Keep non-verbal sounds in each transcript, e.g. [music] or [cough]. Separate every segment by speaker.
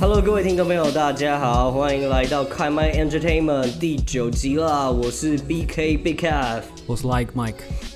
Speaker 1: Hello，各位听众朋友，大家好，欢迎来到开麦 Entertainment 第九集啦！我是 BK Big Cat。
Speaker 2: 我是 Like Mike。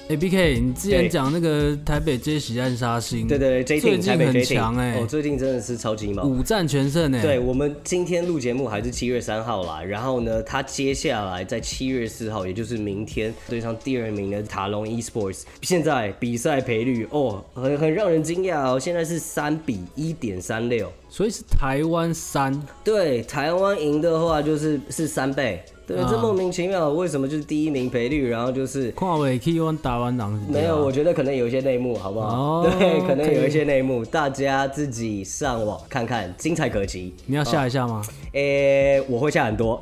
Speaker 2: 哎，BK，你之前
Speaker 1: 对
Speaker 2: 讲那个台北街袭暗杀星，
Speaker 1: 对对对，这一
Speaker 2: 最
Speaker 1: 挺
Speaker 2: 近
Speaker 1: 台北这
Speaker 2: 很
Speaker 1: 一挺
Speaker 2: 强哎
Speaker 1: 哦，，最近真的是超级猛。
Speaker 2: 五战全胜哎。
Speaker 1: 对，我们今天录节目还是七月三号啦，然后呢，他接下来在七月四号，也就是明天对上第二名的塔隆 Esports，现在比赛赔率哦，很很让人惊讶哦，现在是三比一点三六，
Speaker 2: 所以是台湾三，
Speaker 1: 对，台湾赢的话就是是三倍，对，这
Speaker 2: 啊
Speaker 1: 莫名其妙，为什么就是第一名赔率，然后就是
Speaker 2: 跨尾 K one 打完狼是这样
Speaker 1: 没有，我觉得可能有一些内幕，好不好？
Speaker 2: 啊哦
Speaker 1: [laughs] 对，可能
Speaker 2: 可以
Speaker 1: 有一些内幕，大家自己上网看看，精彩可期。
Speaker 2: 你要下一下吗？
Speaker 1: 哦诶、我会下很多，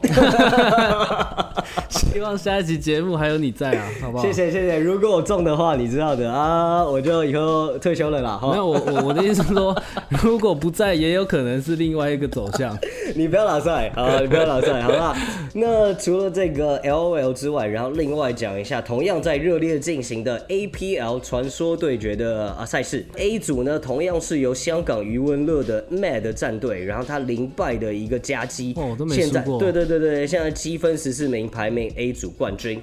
Speaker 2: 希望下一期节目还有你在啊，
Speaker 1: [laughs]
Speaker 2: 好不好？
Speaker 1: [laughs] 谢。谢谢谢。如果我中的话，你知道的啊，我就以后退休了啦。
Speaker 2: 没
Speaker 1: 哈，
Speaker 2: 有，我我我的意思是说，如果不在，也有可能是另外一个走
Speaker 1: [laughs]
Speaker 2: 向。
Speaker 1: 你不要拉塞，好吧，你不要拉塞，好吧。那除了这个 L O L 之外，然后另外讲一下，同样在热烈进行的 A P L 传说对决的啊赛事，A 组呢同样是由香港余文乐的 Mad 战队，然后他零败的一个夹击，
Speaker 2: 哦我都没
Speaker 1: 现
Speaker 2: 输
Speaker 1: 在
Speaker 2: 过
Speaker 1: 对对对对，现在积分十四名，排名 A 组冠军。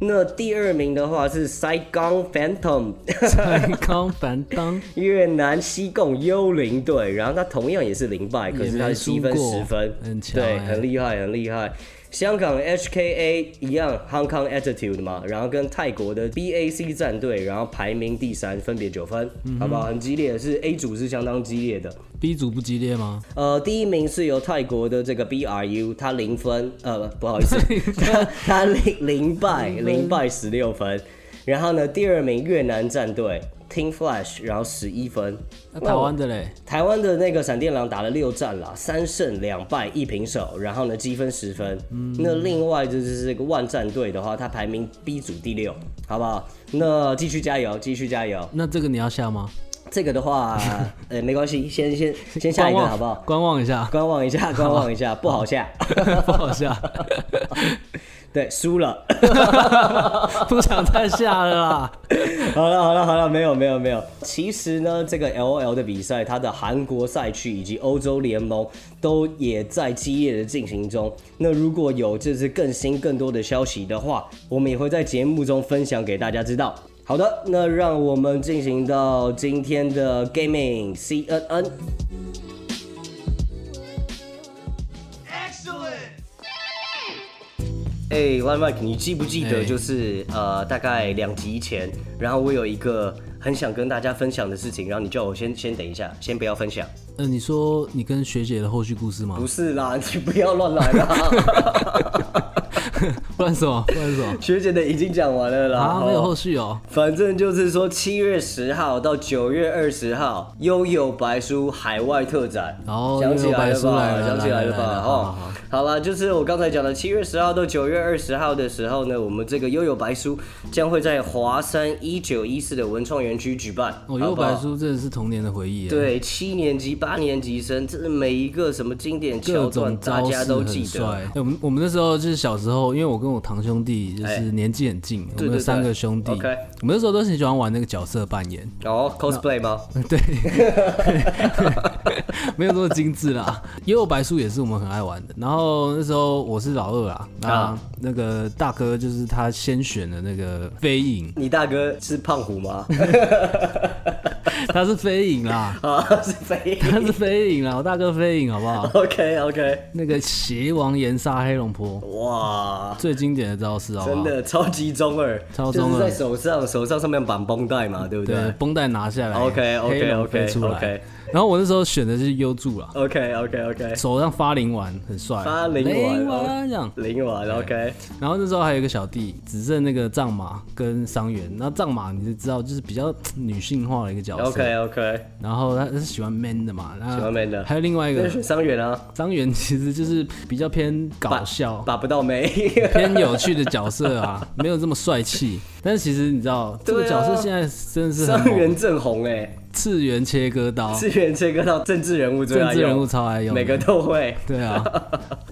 Speaker 1: 那第二名的话是 Saigon Phantom， [laughs]
Speaker 2: 蔡康凡当
Speaker 1: 越南西贡幽灵队，然后他同样也是零败，可是他的积分
Speaker 2: 也没输过
Speaker 1: 十分，
Speaker 2: 很强
Speaker 1: 对，
Speaker 2: 欸
Speaker 1: 很厉害，很厉害。香港 HKA 一样，Hong Kong Attitude 嘛，然后跟泰国的 BAC 战队，然后排名第三，分别九分，
Speaker 2: 嗯
Speaker 1: 好不好？很激烈，是 A 组是相当激烈的。
Speaker 2: B 组不激烈吗？
Speaker 1: 呃，第一名是由泰国的这个 BRU，他零分，呃，不好意
Speaker 2: [laughs]
Speaker 1: 思，他 [laughs] 他零零败零败十六分。然后呢，第二名越南战队 Team Flash，然后十一分。
Speaker 2: 那台湾的嘞，
Speaker 1: 台湾的那个闪电狼打了六战啦，三胜两败一平手，然后呢积分十分。那另外就是这个万战队的话，它排名 B 组第六，好不好？那继续加油，继续加油。
Speaker 2: 那这个你要下吗？
Speaker 1: 这个的话， [laughs] 呃，没关系，先先先下
Speaker 2: 观
Speaker 1: 一个
Speaker 2: 望
Speaker 1: 好不好？
Speaker 2: 观望
Speaker 1: [laughs]
Speaker 2: 一下，
Speaker 1: 观望一下，观望一下，不好
Speaker 2: [laughs]
Speaker 1: 下。
Speaker 2: 不好下。 [laughs]
Speaker 1: 对，输了。
Speaker 2: 不想再下了啦。
Speaker 1: [laughs] 好了，好了，好了，没有，没有，没有。其实呢，这个 L O L 的比赛，它的韩国赛区以及欧洲联盟都也在激烈的进行中。那如果有这次更新更多的消息的话，我们也会在节目中分享给大家知道。好的，那让我们进行到今天的 Gaming C N N。哎、y Mike，你记不记得
Speaker 2: 哎
Speaker 1: 就是、呃，大概两集前，然后我有一个很想跟大家分享的事情，然后你叫我先先等一下，先不要分享。
Speaker 2: 呃，你说你跟学姐的后续故事吗
Speaker 1: 不？是啦， [laughs] 你不要乱来
Speaker 2: [laughs]
Speaker 1: 啦。
Speaker 2: 不然什么？不然什
Speaker 1: [laughs]
Speaker 2: 么？
Speaker 1: 学姐的已经讲完了啦。
Speaker 2: 啊，没有
Speaker 1: 哦
Speaker 2: 后续哦。
Speaker 1: 反正就是说，七月十号到九月二十号，悠悠白书海外特展。
Speaker 2: 哦
Speaker 1: 想起来
Speaker 2: 悠悠白
Speaker 1: 了
Speaker 2: 书来
Speaker 1: 吧？
Speaker 2: 了
Speaker 1: 想起来了
Speaker 2: 来了来
Speaker 1: 吧？
Speaker 2: 了好
Speaker 1: 哦
Speaker 2: 好，
Speaker 1: 好了，就是我刚才讲的，七月十号到九月二十号的时候呢，我们这个悠悠白书将会在华山一九一四的文创园区举办。
Speaker 2: 哦，
Speaker 1: 好
Speaker 2: 优
Speaker 1: 不好
Speaker 2: 白书真的是童年的回忆啊。，
Speaker 1: 对，七年级、八年级生，这每一个什么经典桥段，
Speaker 2: 各种
Speaker 1: 大
Speaker 2: 招
Speaker 1: 家
Speaker 2: 式
Speaker 1: 都记
Speaker 2: 很
Speaker 1: 得。
Speaker 2: 帅。哎我们我们那时候就是小时候，因为我跟我堂兄弟就
Speaker 1: 哎
Speaker 2: 是年纪很近，我
Speaker 1: 对对
Speaker 2: 们有
Speaker 1: 对
Speaker 2: 三个兄弟，我
Speaker 1: OK
Speaker 2: 们那时候都很喜欢玩那个角色扮演。 [laughs]
Speaker 1: 哦，cosplay 吗？
Speaker 2: 对，没有那么精致啦。幽游白书也是我们很爱玩的。然后那时候我是老二啦，那
Speaker 1: 啊
Speaker 2: 那个大哥就是他先选的那个飞影，
Speaker 1: 你大哥是胖虎
Speaker 2: [laughs]
Speaker 1: 吗？
Speaker 2: 他是飞影啦，
Speaker 1: 啊，是 [laughs] 飞。
Speaker 2: 他是飞影啦，我大哥飞影好不好？
Speaker 1: OK OK。
Speaker 2: 那个邪王岩杀黑龙坡
Speaker 1: 哇，
Speaker 2: 最经典的招式好不
Speaker 1: 真
Speaker 2: 好？
Speaker 1: 的超级中二，
Speaker 2: 超中二
Speaker 1: 就是在手上，手上上面绑绷带嘛，对不
Speaker 2: 对，
Speaker 1: 对
Speaker 2: 绷带拿下来
Speaker 1: OK，OK，OK，
Speaker 2: 黑龙飞出
Speaker 1: OK
Speaker 2: 来。然后我那时候选的就是优助啦，
Speaker 1: ？OK OK OK，
Speaker 2: 手上发灵丸很帅，
Speaker 1: 发灵丸
Speaker 2: 丸这样。
Speaker 1: 灵丸 OK，
Speaker 2: 然后那时候还有一个小弟，只剩那个藏马跟伤员。那藏马你就知道，就是比较嘖女性化的一个角色。
Speaker 1: OK OK，
Speaker 2: 然后他他是喜欢 man 的嘛，喜
Speaker 1: 喜欢 man 的
Speaker 2: 还有另外一
Speaker 1: 那
Speaker 2: 个
Speaker 1: 是伤员啊，
Speaker 2: 伤员，其实就是比较偏搞笑、
Speaker 1: 把不到没。
Speaker 2: [laughs] 偏有趣的角色啊，没有这么帅气。但是其实你知道，这个
Speaker 1: 对啊
Speaker 2: 角色现在真的是很
Speaker 1: 伤
Speaker 2: 红
Speaker 1: 员正红哎、
Speaker 2: 次元切割刀，
Speaker 1: 次元切割到政治人物最爱用，
Speaker 2: 政治人物超爱用的，
Speaker 1: 每个都会。
Speaker 2: 对啊，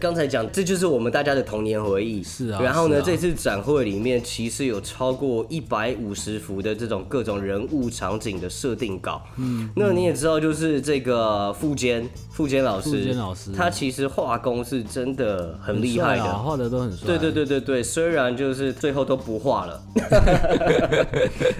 Speaker 1: 刚才讲，这就是我们大家的童年回忆。
Speaker 2: 是啊
Speaker 1: 然后呢，
Speaker 2: 是啊
Speaker 1: 这次展会里面其实有超过一百五十幅的这种各种人物场景的设定稿。嗯，那你也知道，就是这个富坚，富坚老师，
Speaker 2: 富坚老师
Speaker 1: 他其实画工是真的 [laughs] 很厉害
Speaker 2: 很帅啊
Speaker 1: 的。
Speaker 2: 画的都很帅，
Speaker 1: 对对对对对，虽然就是最后都不画了， [laughs]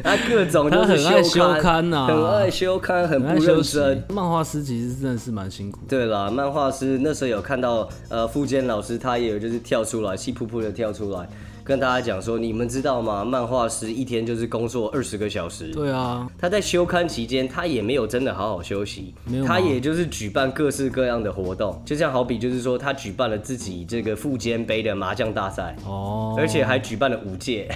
Speaker 1: 他各种都是
Speaker 2: 他很爱
Speaker 1: 修
Speaker 2: 修刊啊
Speaker 1: 很爱修刊，很
Speaker 2: 很爱
Speaker 1: 不
Speaker 2: 休
Speaker 1: 认
Speaker 2: 息
Speaker 1: 真。。
Speaker 2: 漫画师其实真的是蛮辛苦的，
Speaker 1: 对啦，漫画师那时候有看到，呃，富坚老师他也有就是跳出来，气扑扑的跳出来，跟大家讲说，你们知道吗？漫画师一天就是工作二十个小时。
Speaker 2: 对啊，
Speaker 1: 他在休刊期间，他也没有真的好好休息
Speaker 2: 没有，吗
Speaker 1: 他也就是举办各式各样的活动，就像好比就是说，他举办了自己这个富坚杯的麻将大赛，
Speaker 2: 哦，
Speaker 1: 而且还举办了五
Speaker 2: [laughs]
Speaker 1: 届，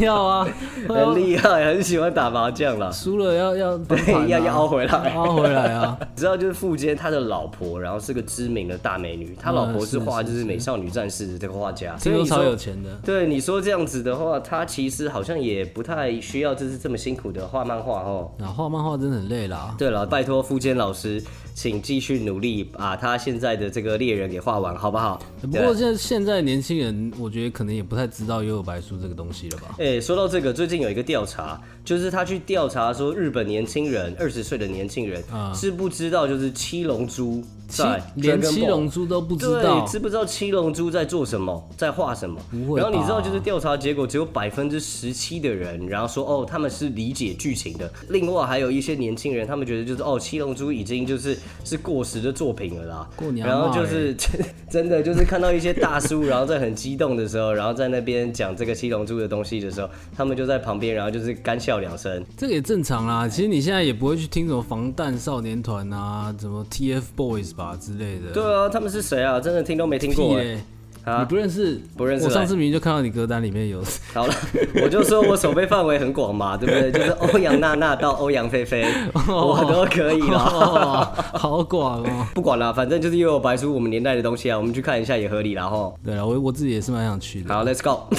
Speaker 2: 要啊，
Speaker 1: 很厉害，很喜欢打麻将
Speaker 2: [laughs]
Speaker 1: 啦，
Speaker 2: 输了要要翻盘啊
Speaker 1: 要要凹回来。
Speaker 2: [laughs] 凹回来啊，
Speaker 1: 你知道，就是富坚他的老婆，然后是个知名的大美女，他老婆是画就是《美少女战士》的这个画家，
Speaker 2: [laughs]
Speaker 1: [laughs] 所
Speaker 2: 听
Speaker 1: 以
Speaker 2: 说
Speaker 1: 你
Speaker 2: 超有
Speaker 1: 说。
Speaker 2: 钱的，
Speaker 1: 对你说这样子的话，他其实好像也不太需要，就是这么辛苦的画漫画哦。
Speaker 2: 那画漫画真的很累啦，
Speaker 1: 对了，拜托富坚老师，请继续努力把他现在的这个猎人给画完，好不好？
Speaker 2: 不过现在现在年轻人，我觉得可能也不太知道幽游白书这个东西了吧？
Speaker 1: 哎、说到这个，最近有一个调查，就是他去调查说日本年轻人，二十岁的年轻人、
Speaker 2: 啊
Speaker 1: 知不知道就是七龙珠在
Speaker 2: 七连
Speaker 1: Dragon
Speaker 2: 七
Speaker 1: Ball
Speaker 2: 龙珠都不知
Speaker 1: 对，
Speaker 2: 道，
Speaker 1: 知不知道七龙珠在做什么，在画什么
Speaker 2: 不？会吧
Speaker 1: 然后你知道，就是调查结果只有百分之十七的人，然后说哦，他们是理解剧情的。另外还有一些年轻人，他们觉得就是哦，七龙珠已经就是是过时的作品了啦。
Speaker 2: 过年啊
Speaker 1: 然后就是 [laughs] 真的就是看到一些大叔，然后在很激动的时候，然后在那边讲这个七龙珠的东西的时候，他们就在旁边，然后就是干笑两声。
Speaker 2: 这个也正常
Speaker 1: 哎
Speaker 2: 啦。其实你现在也不会去听什么防弹少年团啊，什么 TFBOYS 吧之类的，
Speaker 1: 对啊，他们是谁啊？真的听都没听
Speaker 2: 屁
Speaker 1: 过、欸。
Speaker 2: 嘞，
Speaker 1: 啊
Speaker 2: 你不认识？
Speaker 1: 不认识哎
Speaker 2: 我上
Speaker 1: 嘞
Speaker 2: 次明明就看到你歌单里面有，
Speaker 1: 好了，我就说我手背范围很广
Speaker 2: [laughs]
Speaker 1: 嘛，对不对？就是欧阳娜娜到欧阳菲菲，我都可以啦。
Speaker 2: 哦， [laughs] 好广哦。
Speaker 1: [laughs] 不管啦，反正就是又有白书我们年代的东西啊，我们去看一下也合理啦吼。
Speaker 2: 对了，我我自己也是蛮想去的。
Speaker 1: 好，Let's go。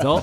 Speaker 2: 走。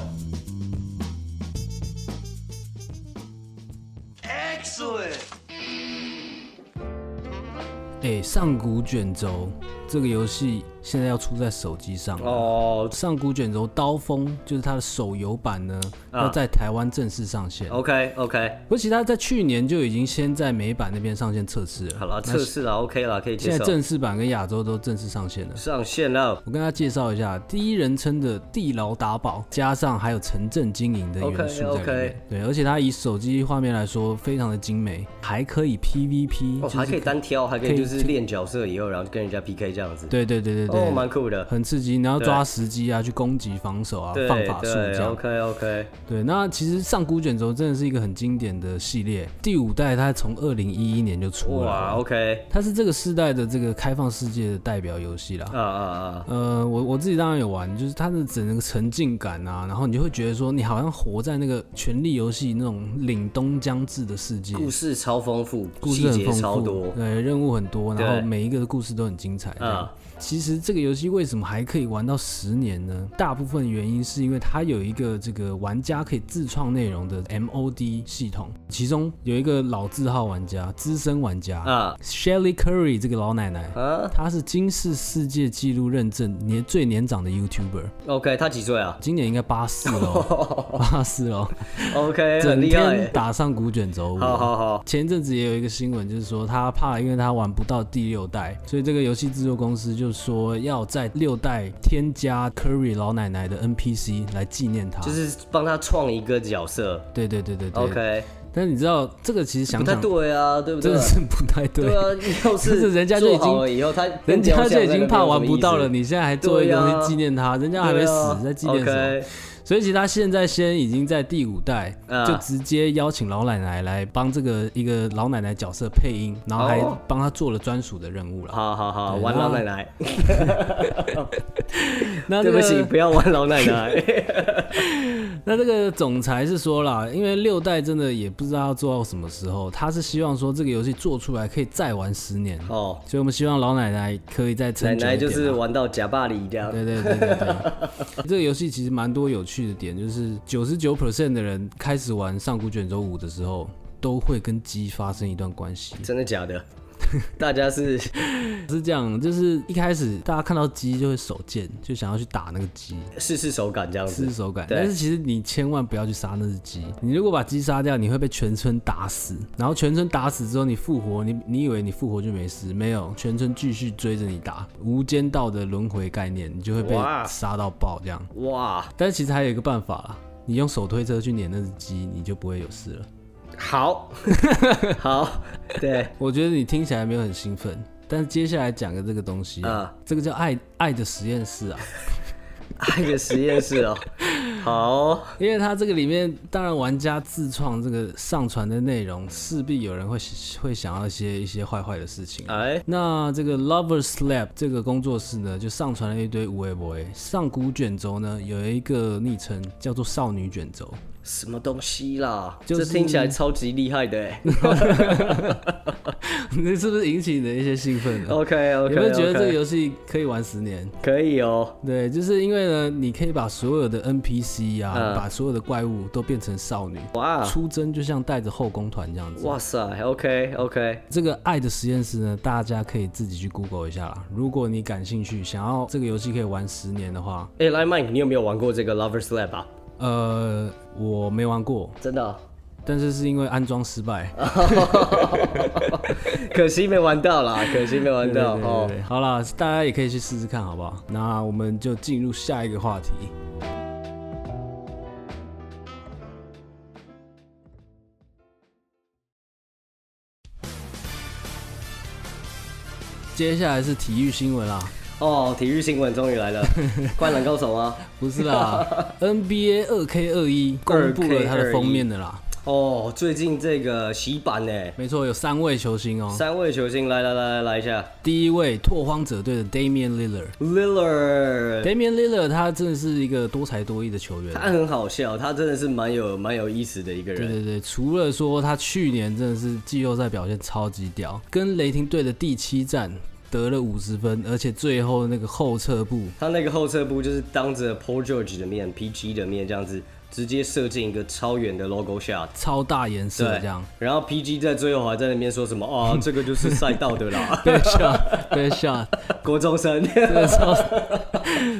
Speaker 2: 哎、上古卷轴这个游戏现在要出在手机上了。
Speaker 1: 哦
Speaker 2: 上古卷轴刀锋就是它的手游版呢，
Speaker 1: 啊
Speaker 2: 要在台湾正式上线。
Speaker 1: ，OK OK，
Speaker 2: 不过其实它在去年就已经先在美版那边上线测试了。
Speaker 1: 好了，测试啦 OK 啦，可以接
Speaker 2: 现在
Speaker 1: 受。
Speaker 2: 正式版跟亚洲都正式上线了。
Speaker 1: 上线哦了
Speaker 2: 我跟大家介绍一下，第一人称的地牢打宝，加上还有城镇经营的元素在里面。
Speaker 1: OK，OK
Speaker 2: 对，而且它以手机画面来说，非常的精美，还可以 PVP，、
Speaker 1: 哦，
Speaker 2: 就是
Speaker 1: 还可以单挑，还可
Speaker 2: 可
Speaker 1: 以
Speaker 2: 以
Speaker 1: 就是练角色以后，然后跟人家 PK 这样子。
Speaker 2: 对对对对对，
Speaker 1: 哦，蛮酷的。
Speaker 2: 很刺激。你要抓时机啊，去攻击、防守啊，
Speaker 1: 对
Speaker 2: 放法术这
Speaker 1: 对
Speaker 2: 样。
Speaker 1: ，OK OK，
Speaker 2: 对，那其实上古卷轴真的是一个很经典的系列，第五代它从二零一一年就出了，
Speaker 1: 哇，OK，哦
Speaker 2: 它是这个世代的这个开放世界的代表游戏啦。
Speaker 1: 啊啊啊，
Speaker 2: 呃，我我自己当然有玩，就是它的整个沉浸感啊，然后你就会觉得说，你好像活在那个权力游戏那种凛冬将至的世界，
Speaker 1: 故事超丰富，
Speaker 2: 故
Speaker 1: 细
Speaker 2: 事很
Speaker 1: 节
Speaker 2: 丰
Speaker 1: 超
Speaker 2: 富，
Speaker 1: 多。
Speaker 2: 对，任务很多，然后
Speaker 1: 对
Speaker 2: 每一个的故事都很精彩。
Speaker 1: 嗯
Speaker 2: 嗯，其实这个游戏为什么还可以玩到十年呢？大部分原因是因为它有一个这个玩家可以自创内容的 MOD 系统，其中有一个老字号玩家、资深玩家、
Speaker 1: 啊
Speaker 2: Shelly Curry 这个老奶奶。
Speaker 1: 啊
Speaker 2: 她是金氏世界纪录认证年最年长的 YouTuber，
Speaker 1: ，OK，他几岁啊
Speaker 2: 今年应该八四了，
Speaker 1: [laughs]
Speaker 2: 八四了，
Speaker 1: ？OK，很
Speaker 2: [laughs]
Speaker 1: 哎
Speaker 2: 整
Speaker 1: 厉害
Speaker 2: 天
Speaker 1: 耶。
Speaker 2: 打上古卷轴舞。
Speaker 1: 好好好，
Speaker 2: 前一阵子也有一个新闻，就是说他怕，因为他玩不到第六代，所以这个游戏制作公司就说要在六代添加 Curry 老奶奶的 NPC 来纪念他。
Speaker 1: 就是帮他创一个角色。
Speaker 2: 对对对对对。
Speaker 1: OK，
Speaker 2: 但是你知道这个其实
Speaker 1: 不
Speaker 2: 想
Speaker 1: 太
Speaker 2: 想，
Speaker 1: 对啊，对不
Speaker 2: 真
Speaker 1: 对
Speaker 2: 的？是不太对
Speaker 1: 对。啊，要
Speaker 2: 但
Speaker 1: 是
Speaker 2: 是人家就已经
Speaker 1: 做好了以后他
Speaker 2: [laughs] 人家
Speaker 1: 跟你讲
Speaker 2: 就已经怕玩不到
Speaker 1: 这
Speaker 2: 了，
Speaker 1: 样
Speaker 2: 你现在还做一个
Speaker 1: 对
Speaker 2: 东
Speaker 1: 啊
Speaker 2: 西纪念他，人家
Speaker 1: 那
Speaker 2: 还
Speaker 1: 没
Speaker 2: 没
Speaker 1: 有意思，
Speaker 2: 死，在纪念什么？
Speaker 1: 对啊？OK，
Speaker 2: 所以其实他现在先已经在第五代，
Speaker 1: 嗯
Speaker 2: 就直接邀请老奶奶来帮这个一个老奶奶角色配音，然后还
Speaker 1: 哦
Speaker 2: 帮她做了专属的任务了。
Speaker 1: 好好好，
Speaker 2: 对
Speaker 1: 玩老
Speaker 2: 那
Speaker 1: 奶奶，
Speaker 2: 那
Speaker 1: 对
Speaker 2: 这
Speaker 1: 不
Speaker 2: 个
Speaker 1: 起，不要玩老奶
Speaker 2: [laughs]
Speaker 1: 奶。
Speaker 2: 那这个总裁是说啦，因为六代真的也不知道要做到什么时候，他是希望说这个游戏做出来可以再玩十年，
Speaker 1: 哦，
Speaker 2: 所以我们希望老奶奶可以再撑
Speaker 1: 奶
Speaker 2: 久一点啊。
Speaker 1: 奶就是玩到假巴黎这样。
Speaker 2: 对对对对对，这个游戏其实蛮多有趣的点，就是九十九 percent 的人开始玩《上古卷轴五》的时候，都会跟鸡发生一段关系。
Speaker 1: 真的假
Speaker 2: [laughs]
Speaker 1: 的？大家是
Speaker 2: 是这样，就是一开始大家看到鸡就会手贱，就想要去打那个鸡，
Speaker 1: 试试手感这样子
Speaker 2: 是，手感。
Speaker 1: 对
Speaker 2: 但是其实你千万不要去杀那只鸡，你如果把鸡杀掉，你会被全村打死。然后全村打死之后，你复活，你你以为你复活就没事，没有，全村继续追着你打。无间道的轮回概念，你就会被
Speaker 1: 哇
Speaker 2: 杀到爆这样。
Speaker 1: 哇，
Speaker 2: 但其实还有一个办法啦，你用手推车去碾那只鸡，你就不会有事了。 [laughs]
Speaker 1: 好，好，对，
Speaker 2: 我觉得你听起来没有很兴奋，但是接下来讲的这个东西啊，
Speaker 1: 啊
Speaker 2: 这个叫爱爱的实验室啊，
Speaker 1: 爱的实验室哦，好，
Speaker 2: 因为它这个里面，当然玩家自创这个上传的内容，势必有人会会想要一些一些坏坏的事情啊。
Speaker 1: 哎，
Speaker 2: 那这个 Lovers Lab 这个工作室呢，就上传了一堆无为不为。上古卷轴呢有一个昵称叫做少女卷轴， [laughs]
Speaker 1: 什么东西啦？
Speaker 2: 就是
Speaker 1: 这听起来超级厉害的
Speaker 2: [laughs]
Speaker 1: 哎。
Speaker 2: 你是不是引起你的一些兴奋呢？
Speaker 1: OK
Speaker 2: 有
Speaker 1: 哦 OK，
Speaker 2: 没有觉得这个游戏可以玩十年？
Speaker 1: 可以哦？
Speaker 2: 对，就是因为呢，你可以把所有的 NPC 啊，
Speaker 1: 嗯啊
Speaker 2: 把所有的怪物都变成少女，
Speaker 1: 哇
Speaker 2: 出征就像带着后宫团这样子。
Speaker 1: 哇塞，OK OK，
Speaker 2: 这个爱的实验室呢，大家可以自己去 Google 一下啦。如果你感兴趣，想要这个游戏可以玩十年的话，
Speaker 1: 哎，来 Mike，你有没有玩过这个 Lovers Lab 啊？
Speaker 2: 呃，我没玩过，
Speaker 1: 真的哦，
Speaker 2: 但是是因为安装失败。
Speaker 1: 可惜没玩到
Speaker 2: [laughs]
Speaker 1: 啦，可惜没玩到
Speaker 2: 对
Speaker 1: 哦。
Speaker 2: 对好啦，大家也可以去试试看，好不好？那我们就进入下一个话题。接下来是体育新闻啦，
Speaker 1: 哦，体育新闻终于来
Speaker 2: [laughs]
Speaker 1: 了，灌篮高手吗？
Speaker 2: 不是啊啦 [laughs] ，NBA 二 K 二一公布了它的封面的啦，
Speaker 1: 哦，最近这个洗版呢，
Speaker 2: 没错，有三位球星哦。
Speaker 1: 三位球星，来来来来来一下
Speaker 2: 第一位拓荒者队的 Damian Lillard，Damian
Speaker 1: ，Lillard，
Speaker 2: Lillard 他真的是一个多才多艺的球员
Speaker 1: 他，很好笑，他真的是蛮有蛮有意思的一个
Speaker 2: 对
Speaker 1: 人。
Speaker 2: 对对，除了说他去年真的是季后赛表现超级屌，跟雷霆队的第七战得了五十分，而且最后那个后撤步，
Speaker 1: 他那个后撤步就是当着 Paul George 的面、PG 的面这样子，直接射进一个超远的 logo shot。
Speaker 2: 超大颜色
Speaker 1: 对
Speaker 2: 这样。，
Speaker 1: 然后 PG 在最后还在那边说什么
Speaker 2: [laughs]
Speaker 1: 哦，这个就是赛道的啦，
Speaker 2: 别笑，别笑，
Speaker 1: [laughs] 国中生。
Speaker 2: 真的超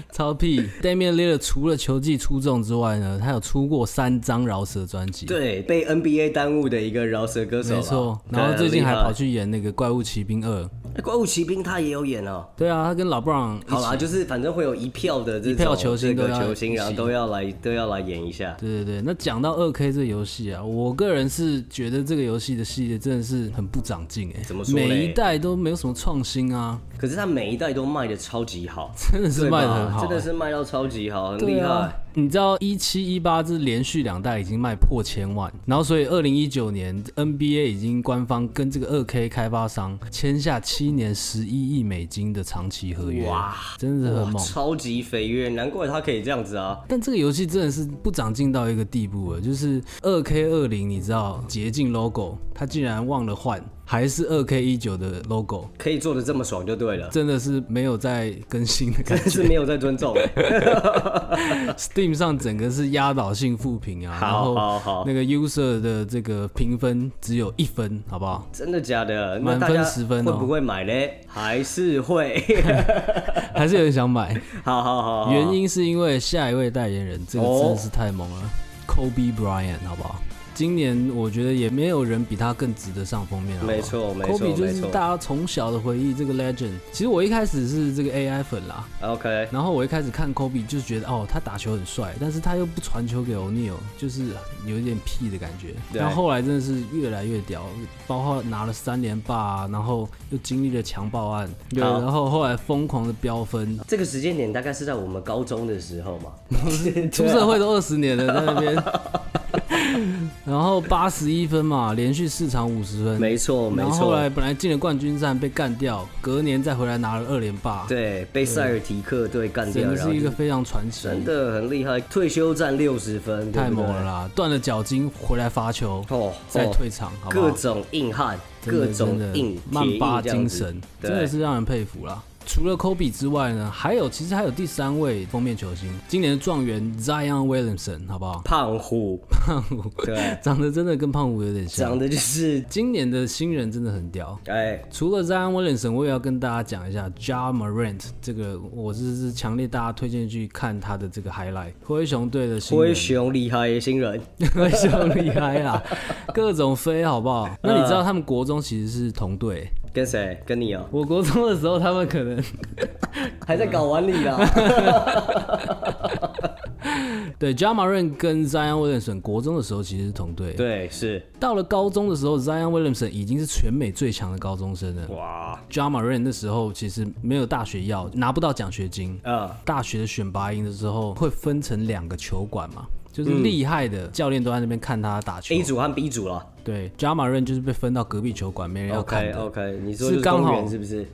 Speaker 2: 超屁。Damian Lillard 除了球技出众之外呢，他有出过三张饶舌专辑，
Speaker 1: [laughs] 对，被 NBA 耽误的一个饶舌歌手啦。啊
Speaker 2: 没错。
Speaker 1: 对
Speaker 2: 然后最近还跑
Speaker 1: 厉
Speaker 2: 去演那个《怪物骑兵二》，
Speaker 1: 害怪物骑兵，他也有演哦。
Speaker 2: 对啊，他跟老布朗一
Speaker 1: 好
Speaker 2: 起
Speaker 1: 啦，就是反正会有一票的这
Speaker 2: 一票
Speaker 1: 种
Speaker 2: 球星
Speaker 1: 这
Speaker 2: 都
Speaker 1: 个
Speaker 2: 要
Speaker 1: 球星，
Speaker 2: 一起
Speaker 1: 然后都要来都要来演一下。
Speaker 2: 对对对，那讲到二 K 这个游戏啊，我个人是觉得这个游戏的系列真的是很不长进哎、
Speaker 1: 怎么说嘞
Speaker 2: 每一代都没有什么创新啊， [laughs]
Speaker 1: 可是他每一代都卖的超级好，
Speaker 2: 真的是卖的很好、
Speaker 1: 对吧真的
Speaker 2: 欸
Speaker 1: 是卖到超级好，很
Speaker 2: 对
Speaker 1: 厉
Speaker 2: 啊
Speaker 1: 害。，
Speaker 2: 你知道一七一八是连续两代已经卖破千万，然后所以二零一九年 NBA 已经官方跟这个二 K 开发商签下七年十一亿美金的长期合约，
Speaker 1: 哇，
Speaker 2: 真的是很
Speaker 1: 哇，
Speaker 2: 猛。
Speaker 1: 超级飞跃，难怪他可以这样子啊！
Speaker 2: 但这个游戏真的是不长进到一个地步了，就是二 K 二零，你知道捷径 logo，它竟然忘了换，还是二 K 一九的 logo，
Speaker 1: 可以做的这么爽就对了，
Speaker 2: 真的是没有在更新的
Speaker 1: [laughs]
Speaker 2: 感
Speaker 1: 真是没有在尊重。
Speaker 2: 觉。Steam 上整个是压倒性负评啊，然
Speaker 1: 好
Speaker 2: 后
Speaker 1: 好好，
Speaker 2: 那个 user 的这个评分只有一分，好不好？
Speaker 1: 真的假的？那
Speaker 2: 满
Speaker 1: 大
Speaker 2: 分
Speaker 1: 家
Speaker 2: 十分哦
Speaker 1: 会不会买嘞？还是会？ [laughs]
Speaker 2: 还是有人想买，
Speaker 1: 好好好好，
Speaker 2: 原因是因为下一位代言人，这个
Speaker 1: 哦
Speaker 2: 真的是太猛了、k o b e Bryant，好不好？今年我觉得也没有人比他更值得上封面了。
Speaker 1: 没错没错
Speaker 2: 科比就
Speaker 1: 没
Speaker 2: 是
Speaker 1: 错
Speaker 2: 大家从小的回忆，这个 legend。其实我一开始是这个 AI 粉啦，
Speaker 1: OK，
Speaker 2: 然后我一开始看 Kobe 就觉得哦，他打球很帅，但是他又不传球给 O'Neal，就是有一点屁的感觉。
Speaker 1: 对
Speaker 2: 但后来真的是越来越屌，包括拿了三连霸啊，然后又经历了强暴案，对，
Speaker 1: 好啊
Speaker 2: 然后后来疯狂的飙分，
Speaker 1: 这个时间点大概是在我们高中的时
Speaker 2: [laughs]
Speaker 1: 候嘛，啊
Speaker 2: 出社会都二十年了，在那边。 [laughs] 然后八十一分嘛，连续四场五十分，
Speaker 1: 没错没
Speaker 2: 然后后
Speaker 1: 错
Speaker 2: 来，本来进了冠军战被干掉，隔年再回来拿了二连霸，，
Speaker 1: 对，被塞尔提克队干
Speaker 2: 真
Speaker 1: 掉，
Speaker 2: 的
Speaker 1: 然后
Speaker 2: 是一
Speaker 1: 就
Speaker 2: 个非常传奇，
Speaker 1: 真的很厉害，退休战六十分，对
Speaker 2: 太
Speaker 1: 不对
Speaker 2: 猛了啦！断了脚筋回来发球，
Speaker 1: 哦，
Speaker 2: 再
Speaker 1: 哦
Speaker 2: 退场，好不好
Speaker 1: 各？种硬汉，
Speaker 2: 真的
Speaker 1: 各种
Speaker 2: 真的
Speaker 1: 硬
Speaker 2: 曼巴
Speaker 1: 铁硬
Speaker 2: 精
Speaker 1: 这样
Speaker 2: 神
Speaker 1: 子，
Speaker 2: 真的
Speaker 1: 对，
Speaker 2: 是让人佩服啦。除了 Kobe 之外呢，还有其实还有第三位封面球星，今年的状元 Zion Williamson，好不好？
Speaker 1: 胖虎，
Speaker 2: 胖虎
Speaker 1: [laughs] 对，
Speaker 2: [laughs] 长得真的跟胖虎有点像
Speaker 1: 长。得就是
Speaker 2: 今年的新人真的很屌。
Speaker 1: 哎，
Speaker 2: 除了 Zion Williamson，我也要跟大家讲一下 Ja Morant 这个，我是是强烈大家推荐去看他的这个 highlight。灰熊队的新人
Speaker 1: 灰熊厉害的新人，
Speaker 2: [laughs] 灰熊厉害啦，各种飞好不好？那你知道他们国中其实是同队，
Speaker 1: 跟谁？跟你哦，
Speaker 2: 我国中的时候他们可能嗯
Speaker 1: 还在搞完你啦，
Speaker 2: [laughs] 对 j a m a r a n 跟 Zion Williamson 国中的时候其实是同队，
Speaker 1: 对，是，
Speaker 2: 到了高中的时候，Zion Williamson 已经是全美最强的高中生了。
Speaker 1: 哇，
Speaker 2: j a m a r a n 那时候其实没有大学要，拿不到奖学金。
Speaker 1: 啊，
Speaker 2: 大学的选拔营的时候会分成两个球馆嘛，就是
Speaker 1: 嗯
Speaker 2: 厉害的教练都在那边看他打球。
Speaker 1: A 组和 B 组了
Speaker 2: 对 j a m a r a n 就是被分到隔壁球馆，没人要看
Speaker 1: ，OK
Speaker 2: 的。
Speaker 1: OK，你说
Speaker 2: 是
Speaker 1: 就是
Speaker 2: 刚
Speaker 1: 公
Speaker 2: 好
Speaker 1: 园是不是？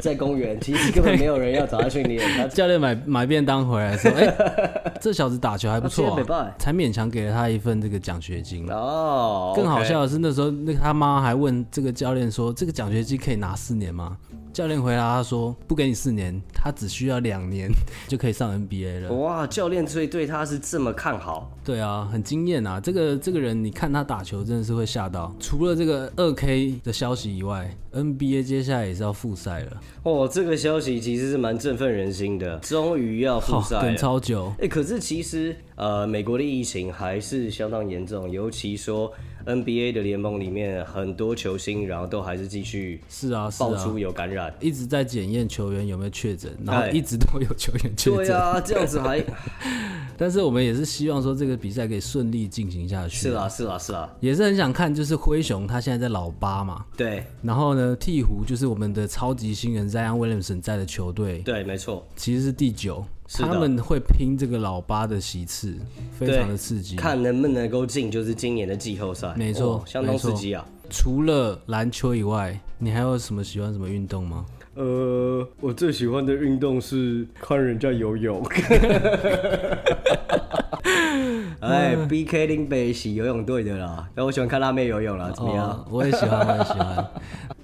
Speaker 1: 在公园，其实根本没有人要找他训练，他
Speaker 2: 教练买买便当回来说：“哎、
Speaker 1: [laughs]
Speaker 2: 这小子打球还不错、
Speaker 1: 他现在没办
Speaker 2: 啊
Speaker 1: 法，
Speaker 2: 才勉强给了他一份这个奖学金。 [laughs]
Speaker 1: 哦，
Speaker 2: 更好笑的是，那时候那个他妈还问这个教练说：‘这个奖学金可以拿四年吗？’教练回答他说：‘不给你四年，他只需要两年 [laughs] 就可以上 NBA 了。
Speaker 1: 哇，教练所以对他是这么看好’
Speaker 2: 对啊，很惊艳啊！这个这个人，你看他打球真的是会吓到。除了这个二 K 的消息以外，NBA 接下来也是要复赛了，
Speaker 1: 哦，这个消息其实是蛮振奋人心的，终于要复
Speaker 2: 好、
Speaker 1: 赛
Speaker 2: 等
Speaker 1: 了。
Speaker 2: 超久。
Speaker 1: 哎、可是其实呃，美国的疫情还是相当严重，尤其说 NBA 的联盟里面很多球星，然后都还是继续
Speaker 2: 是啊，是
Speaker 1: 爆
Speaker 2: 啊。”
Speaker 1: 出有感染。
Speaker 2: 一直在检验球员有没有确诊，然后
Speaker 1: 哎
Speaker 2: 一直都有球员确
Speaker 1: 对
Speaker 2: 诊。
Speaker 1: 啊，这样子
Speaker 2: [laughs]
Speaker 1: 还
Speaker 2: 但是我们也是希望说这个比赛可以顺利进行下去。
Speaker 1: 是啊啦是啦是啦，
Speaker 2: 也是很想看，就是灰熊他现在在老八嘛，
Speaker 1: 对
Speaker 2: 然后呢，鹈鹕就是我们的超级新人 Zion Williamson 在的球队，
Speaker 1: 对，没错。
Speaker 2: 其实是第九，
Speaker 1: 是的
Speaker 2: 他们会拼这个老八的席次，非常的刺激。
Speaker 1: 看能不能够进，就是今年的季后赛，
Speaker 2: 嗯没错
Speaker 1: 哦相当
Speaker 2: 没错
Speaker 1: 刺激啊。
Speaker 2: 除了篮球以外，你还有什么喜欢什么运动吗？
Speaker 1: 呃，我最喜欢的运动是看人家游泳。 [laughs] 哎，BK
Speaker 2: 嗯
Speaker 1: 林北喜游泳队的啦，然后我喜欢看辣妹游泳啦，怎么样？
Speaker 2: 哦，我也喜欢，我也喜欢。 [laughs]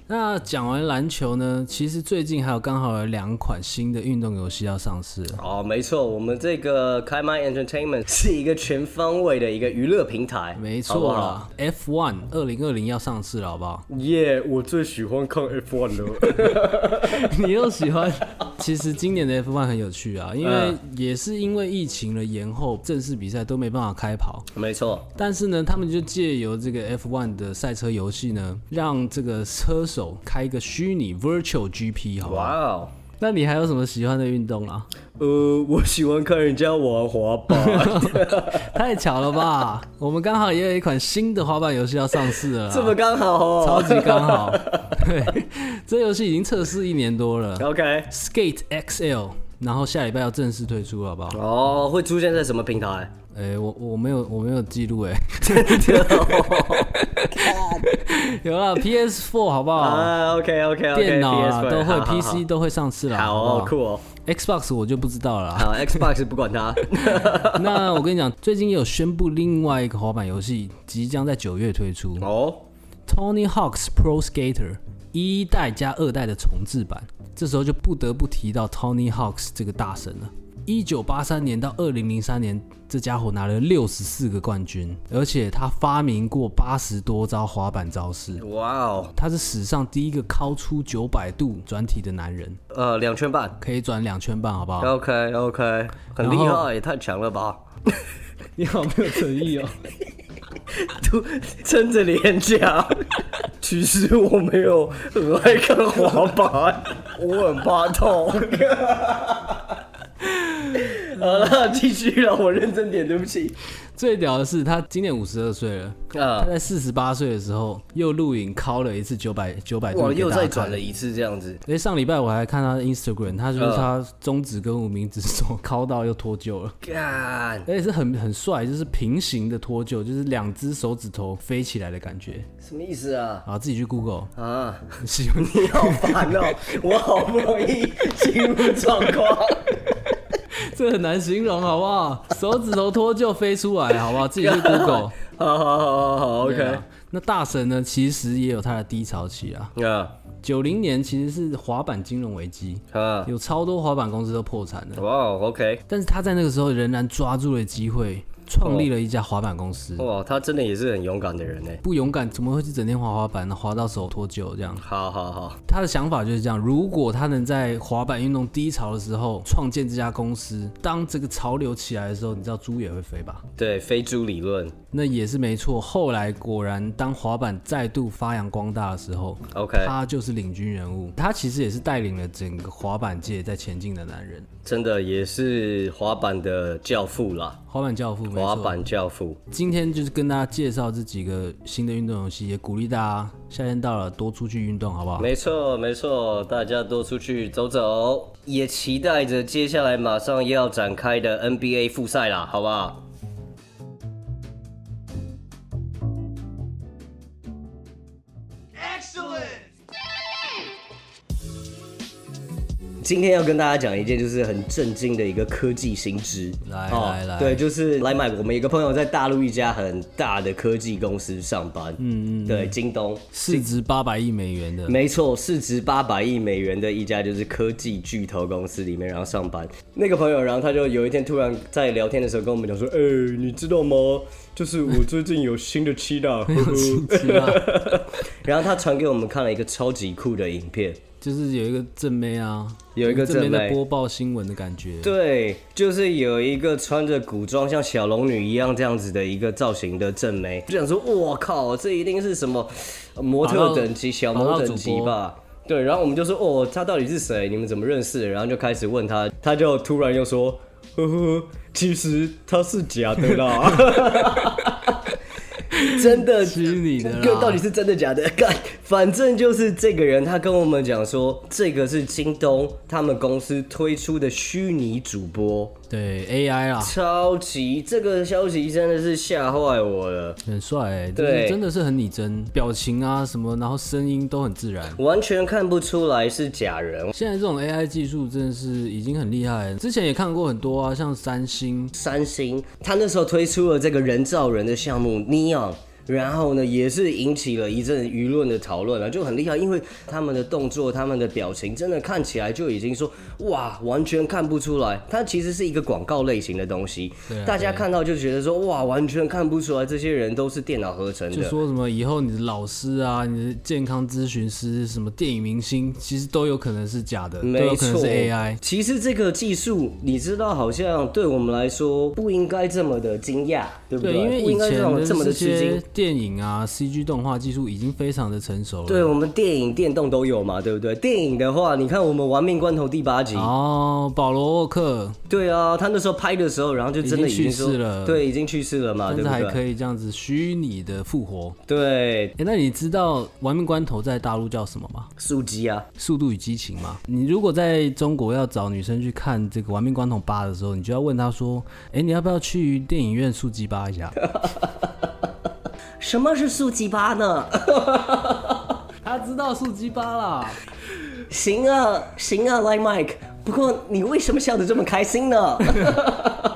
Speaker 2: 那讲完篮球呢，其实最近还有刚好有两款新的运动游戏要上市了。
Speaker 1: 哦，没错，我们这个开麦 Entertainment 是一个全方位的一个娱乐平台，
Speaker 2: 没
Speaker 1: 好不
Speaker 2: 错
Speaker 1: 好
Speaker 2: 啦，F One 二零二零要上市了，好不好？ [laughs]
Speaker 1: 耶我最喜欢看 F1 了。
Speaker 2: 你又喜欢？其实今年的 F One 很有趣啊，因为
Speaker 1: 嗯
Speaker 2: 也是因为疫情的延后，正式比赛都 [laughs] 没办法开跑。
Speaker 1: 没错，
Speaker 2: 但是呢，他们就借由这个 F1 的赛车游戏呢，让这个车手开一个虚拟 Virtual GP，好吧？
Speaker 1: 哇哦。
Speaker 2: 那你还有什么喜欢的运动啊？ [laughs]
Speaker 1: 呃，我喜欢看人家玩滑
Speaker 2: [laughs]
Speaker 1: 板，
Speaker 2: 太巧了吧！我们刚好也有一款新的滑板游戏要上市了啦，
Speaker 1: 这么刚好
Speaker 2: 超
Speaker 1: 哦。
Speaker 2: 级刚好。对，这游戏已经测试一年多了
Speaker 1: OK，
Speaker 2: ，Skate XL，然后下礼拜要正式推出，好不好？
Speaker 1: 哦，会出现在什么平台？
Speaker 2: 哎、我我没有我没有记录哎， [laughs] 有啦 PS4 好不
Speaker 1: [laughs]
Speaker 2: 好？
Speaker 1: 啊，OK OK OK，
Speaker 2: 电脑啦都会，PC
Speaker 1: 好
Speaker 2: 都会上市啦，
Speaker 1: 好
Speaker 2: 好
Speaker 1: 哦，
Speaker 2: 不好
Speaker 1: 酷哦，
Speaker 2: Xbox 我就不知道了啦。 [laughs]
Speaker 1: 好 Xbox 不管它，
Speaker 2: 那我跟你讲，最近也有宣布另外一个滑板游戏即将在九月推出
Speaker 1: 哦，
Speaker 2: ，Tony Hawk's Pro Skater 一代加二代的重置版。这时候就不得不提到 Tony Hawk's 这个大神了。一九八三年到二零零三年，这家伙拿了六十四个冠军，而且他发明过八十多招滑板招式。
Speaker 1: 哇哦，
Speaker 2: 他是史上第一个高出九百度转体的男人，
Speaker 1: 呃，两圈半
Speaker 2: 可以转两圈半，好不
Speaker 1: [laughs]
Speaker 2: 好？
Speaker 1: ，OK OK，很厉
Speaker 2: 然后
Speaker 1: 害，也太强了吧。
Speaker 2: 你好没有诚意哦。
Speaker 1: 都撑着脸讲，其实我没有很爱看滑板，我很怕痛。 [laughs] 好了，继续了，我认真点，对不起。
Speaker 2: 最屌的是，他今年五十二岁了，
Speaker 1: 啊
Speaker 2: 他在四十八岁的时候又录影敲了一次九百九百度
Speaker 1: 哇，
Speaker 2: 给
Speaker 1: 又
Speaker 2: 大
Speaker 1: 再
Speaker 2: 家看
Speaker 1: 转了。一次这样子，
Speaker 2: 哎、上礼拜我还看他的 Instagram，他就是
Speaker 1: 嗯
Speaker 2: 他中指跟无名指手敲到又脱臼了， [laughs]
Speaker 1: 干，
Speaker 2: 而且是很很帅，就是平行的脱臼，就是两只手指头飞起来的感觉
Speaker 1: 什么意思啊？
Speaker 2: 啊！自己去
Speaker 1: [laughs]
Speaker 2: Google，
Speaker 1: 啊，
Speaker 2: 喜欢
Speaker 1: 你好烦哦、我好不容易进入状况。
Speaker 2: 这很难形容，好不好？手指头脱臼飞出来，好不好？
Speaker 1: [laughs]
Speaker 2: 自己去 Google。
Speaker 1: 好好好好好
Speaker 2: 对
Speaker 1: ，OK
Speaker 2: 啊。那大神呢，其实也有他的低潮期啊。
Speaker 1: 啊
Speaker 2: 九零年其实是滑板金融危机，
Speaker 1: 啊，
Speaker 2: 有超多滑板公司都破产了，
Speaker 1: 哇，OK，
Speaker 2: 但是他在那个时候仍然抓住了机会，创立了一家滑板公司。
Speaker 1: 哇，他真的也是很勇敢的人呢。
Speaker 2: 不勇敢怎么会是整天滑滑板呢？滑到手脱臼这样。
Speaker 1: 好好好，
Speaker 2: 他的想法就是这样：如果他能在滑板运动低潮的时候创建这家公司，当这个潮流起来的时候，你知道猪也会飞吧？
Speaker 1: 对，非猪理论
Speaker 2: 那也是没错。后来果然，当滑板再度发扬光大的时候，
Speaker 1: ，OK，
Speaker 2: 他就是领军人物。他其实也是带领了整个滑板界在前进的男人，
Speaker 1: 真的也是滑板的教父啦，
Speaker 2: 滑板教父。没
Speaker 1: 滑
Speaker 2: 错，
Speaker 1: 板教父。
Speaker 2: 今天就是跟大家介绍这几个新的运动游戏，也鼓励大家夏天到了多出去运动，好不好？
Speaker 1: 没错，没错，大家多出去走走，也期待着接下来马上要展开的 NBA 复赛啦，好不好？今天要跟大家讲一件就是很震惊的一个科技新知，
Speaker 2: 来
Speaker 1: 哦
Speaker 2: 来来
Speaker 1: 对，就是来买。我们有个朋友在大陆一家很大的科技公司上班，嗯嗯，对，京东，
Speaker 2: 市值八百亿美元 [laughs] 的，
Speaker 1: 没错，市值八百亿美元的一家就是科技巨头公司里面，然后上班。那个朋友，然后他就有一天突然在聊天的时候跟我们讲说：“哎、你知道吗？就是我最近有新的期待。呵呵
Speaker 2: 是吧？
Speaker 1: [laughs] 然后他传给我们看了一个超级酷的影片，
Speaker 2: 就是有一个正妹啊，
Speaker 1: [laughs] 有一个
Speaker 2: 正
Speaker 1: 正妹
Speaker 2: 在播报新闻的感觉。
Speaker 1: 对，就是有一个穿着古装像小龙女一样这样子的一个造型的正妹，就想说，我靠，这一定是什么呃模特等级、小模等级吧？对，然后我们就说，哦，她到底是谁？你们怎么认识的？然后就开始问她，她就突然又说，呵呵，其实她是假的啦， [laughs] 真的
Speaker 2: 虚拟的啦
Speaker 1: 这到底是真的假的？ [laughs] 干，反正就是这个人，他跟我们讲说，这个是京东他们公司推出的虚拟主播，
Speaker 2: 对啊 AI 啦，
Speaker 1: 超级这个消息真的是吓坏我了，
Speaker 2: 很帅、欸，
Speaker 1: 对
Speaker 2: 就是真的是很拟真，表情啊什么，然后声音都很自然。
Speaker 1: 完全看不出来是假人。
Speaker 2: 现在这种 AI 技术真的是已经很厉害了，之前也看过很多啊，像三星，
Speaker 1: 三星他那时候推出了这个人造人的项目 Neon。然后呢，也是引起了一阵舆论的讨论啊，就很厉害，因为他们的动作、他们的表情，真的看起来就已经说哇，完全看不出来，它其实是一个广告类型的东西，
Speaker 2: 对啊
Speaker 1: 大家看到就觉得说哇，完全看不出来，这些人都是电脑合成
Speaker 2: 就
Speaker 1: 的，
Speaker 2: 说什么以后你的老师啊、你的健康咨询师、什么电影明星，其实都有可能是假的，都
Speaker 1: 没
Speaker 2: 有可能
Speaker 1: 错
Speaker 2: 是 AI。
Speaker 1: 其实这个技术，你知道，好像对我们来说不应该这么的惊讶，对不啊
Speaker 2: 对，因为
Speaker 1: 不
Speaker 2: 以
Speaker 1: 应该
Speaker 2: 前
Speaker 1: 让我
Speaker 2: 的
Speaker 1: 们这么
Speaker 2: 这
Speaker 1: 的吃惊
Speaker 2: 些。电影啊、CG 动画技术已经非常的成熟了。
Speaker 1: 对我们电影、电动都有嘛，对不对？电影的话，你看我们《玩命关头》第八集，
Speaker 2: 哦，保罗沃克，
Speaker 1: 对啊，他那时候拍的时候，然后就真的
Speaker 2: 已经去
Speaker 1: 说
Speaker 2: 世了
Speaker 1: 对，已经去世了嘛，
Speaker 2: 但
Speaker 1: 啊对
Speaker 2: 是还
Speaker 1: 不对？
Speaker 2: 可以这样子虚拟的复活。
Speaker 1: 对，
Speaker 2: 哎，那你知道《玩命关头》在大陆叫什么吗？
Speaker 1: 素鸡啊，
Speaker 2: 《速度与激情》嘛。你如果在中国要找女生去看这个《玩命关头八》的时候，你就要问她说：“哎，你要不要去电影院速激八一下
Speaker 1: 什么是素鸡巴呢？？” [laughs]
Speaker 2: 她知道速激八啦。
Speaker 1: 行啊，行啊，Like Mike。不过你为什么笑得这么开心呢？ [laughs]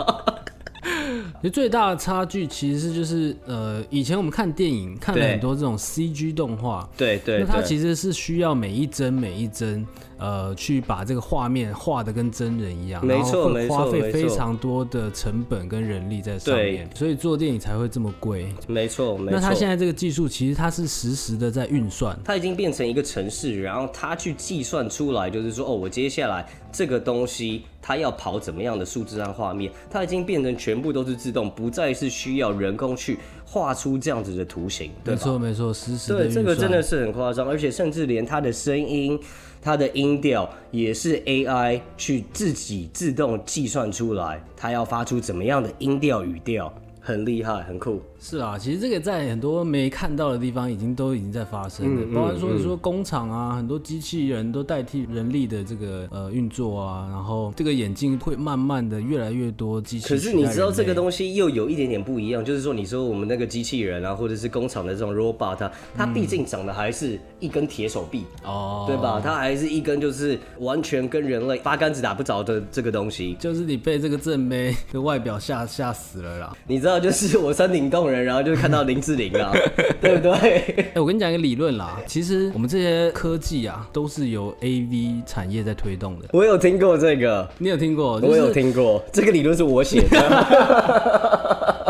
Speaker 2: 其实最大的差距其实是就是呃，以前我们看电影看了
Speaker 1: 对
Speaker 2: 很多这种 CG 动画，
Speaker 1: 对对
Speaker 2: 那它其
Speaker 1: 对，
Speaker 2: 实是需要每一帧每一帧，呃，去把这个画面画的跟真人一样，
Speaker 1: 没
Speaker 2: 然后
Speaker 1: 错
Speaker 2: 会
Speaker 1: 没错
Speaker 2: 花费
Speaker 1: 没
Speaker 2: 非
Speaker 1: 错
Speaker 2: 常多的成本跟人力在上
Speaker 1: 对
Speaker 2: 面，所以做电影才会这么贵。
Speaker 1: 没错没错。
Speaker 2: 那它现在这个技术其实它是实时的在运算，
Speaker 1: 它已经变成一个城市，然后它去计算出来，就是说，哦，我接下来这个东西它要跑怎么样的数字和画面，它已经变成全部都是自动，不再是需要人工去画出这样子的图形，对
Speaker 2: 没
Speaker 1: 吧？
Speaker 2: 错没错，实时的
Speaker 1: 对，
Speaker 2: 运
Speaker 1: 这
Speaker 2: 算。
Speaker 1: 个真的是很夸张，而且甚至连它的声音、它的音调也是 AI 去自己自动计算出来，它要发出怎么样的音调语调，很厉害，很酷。
Speaker 2: 是啊，其实这个在很多没看到的地方已经都已经在发生
Speaker 1: 嗯
Speaker 2: 了，包括说你说工厂啊，很多机器人都代替人力的这个呃运作啊，然后这个眼镜会慢慢的越来越多机器。
Speaker 1: 可是你知道这个东西又有一点点不一样，就是说你说我们那个机器人啊，或者是工厂的这种 robot，啊它毕竟长得还是一根铁手臂，
Speaker 2: 哦，
Speaker 1: 对？吧？它还是一根就是完全跟人类八竿子打不着的这个东西。
Speaker 2: 就是你被这个正妹的外表吓吓死了啦。
Speaker 1: 你知道，就是我山顶洞人，然后就看到林志玲啊，对不对？
Speaker 2: 哎、我跟你讲一个理论啦，其实我们这些科技啊，都是由 AV 产业在推动的。
Speaker 1: 我有听过这个，
Speaker 2: 你有听过？就是、
Speaker 1: 我有听过，这个理论是我写的， [laughs]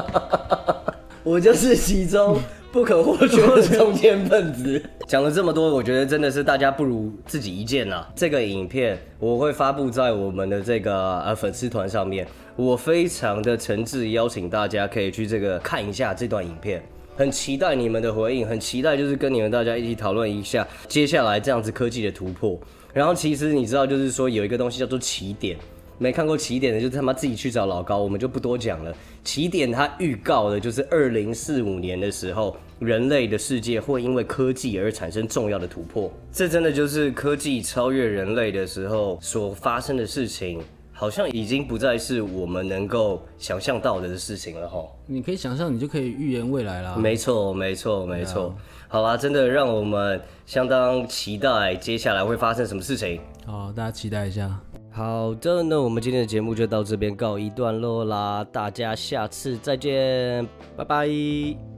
Speaker 1: 我就是其中不可或缺的中间分子。 [laughs] 讲了这么多，我觉得真的是大家不如自己一见啊。这个影片我会发布在我们的这个呃粉丝团上面，我非常的诚挚邀请大家可以去这个看一下这段影片。很期待你们的回应，很期待就是跟你们大家一起讨论一下接下来这样子科技的突破。然后其实你知道，就是说有一个东西叫做起点，没看过起点的，就他妈自己去找老高，我们就不多讲了。起点它预告的就是二零四五年的时候，人类的世界会因为科技而产生重要的突破。这真的就是科技超越人类的时候所发生的事情，好像已经不再是我们能够想象到的事情了吼。
Speaker 2: 你可以想象，你就可以预言未来啦。
Speaker 1: 没错，没错，没错。好啦，真的让我们相当期待接下来会发生什么事情。
Speaker 2: 好，哦大家期待一下。
Speaker 1: 好的，那我们今天的节目就到这边告一段落啦，大家下次再见，拜拜。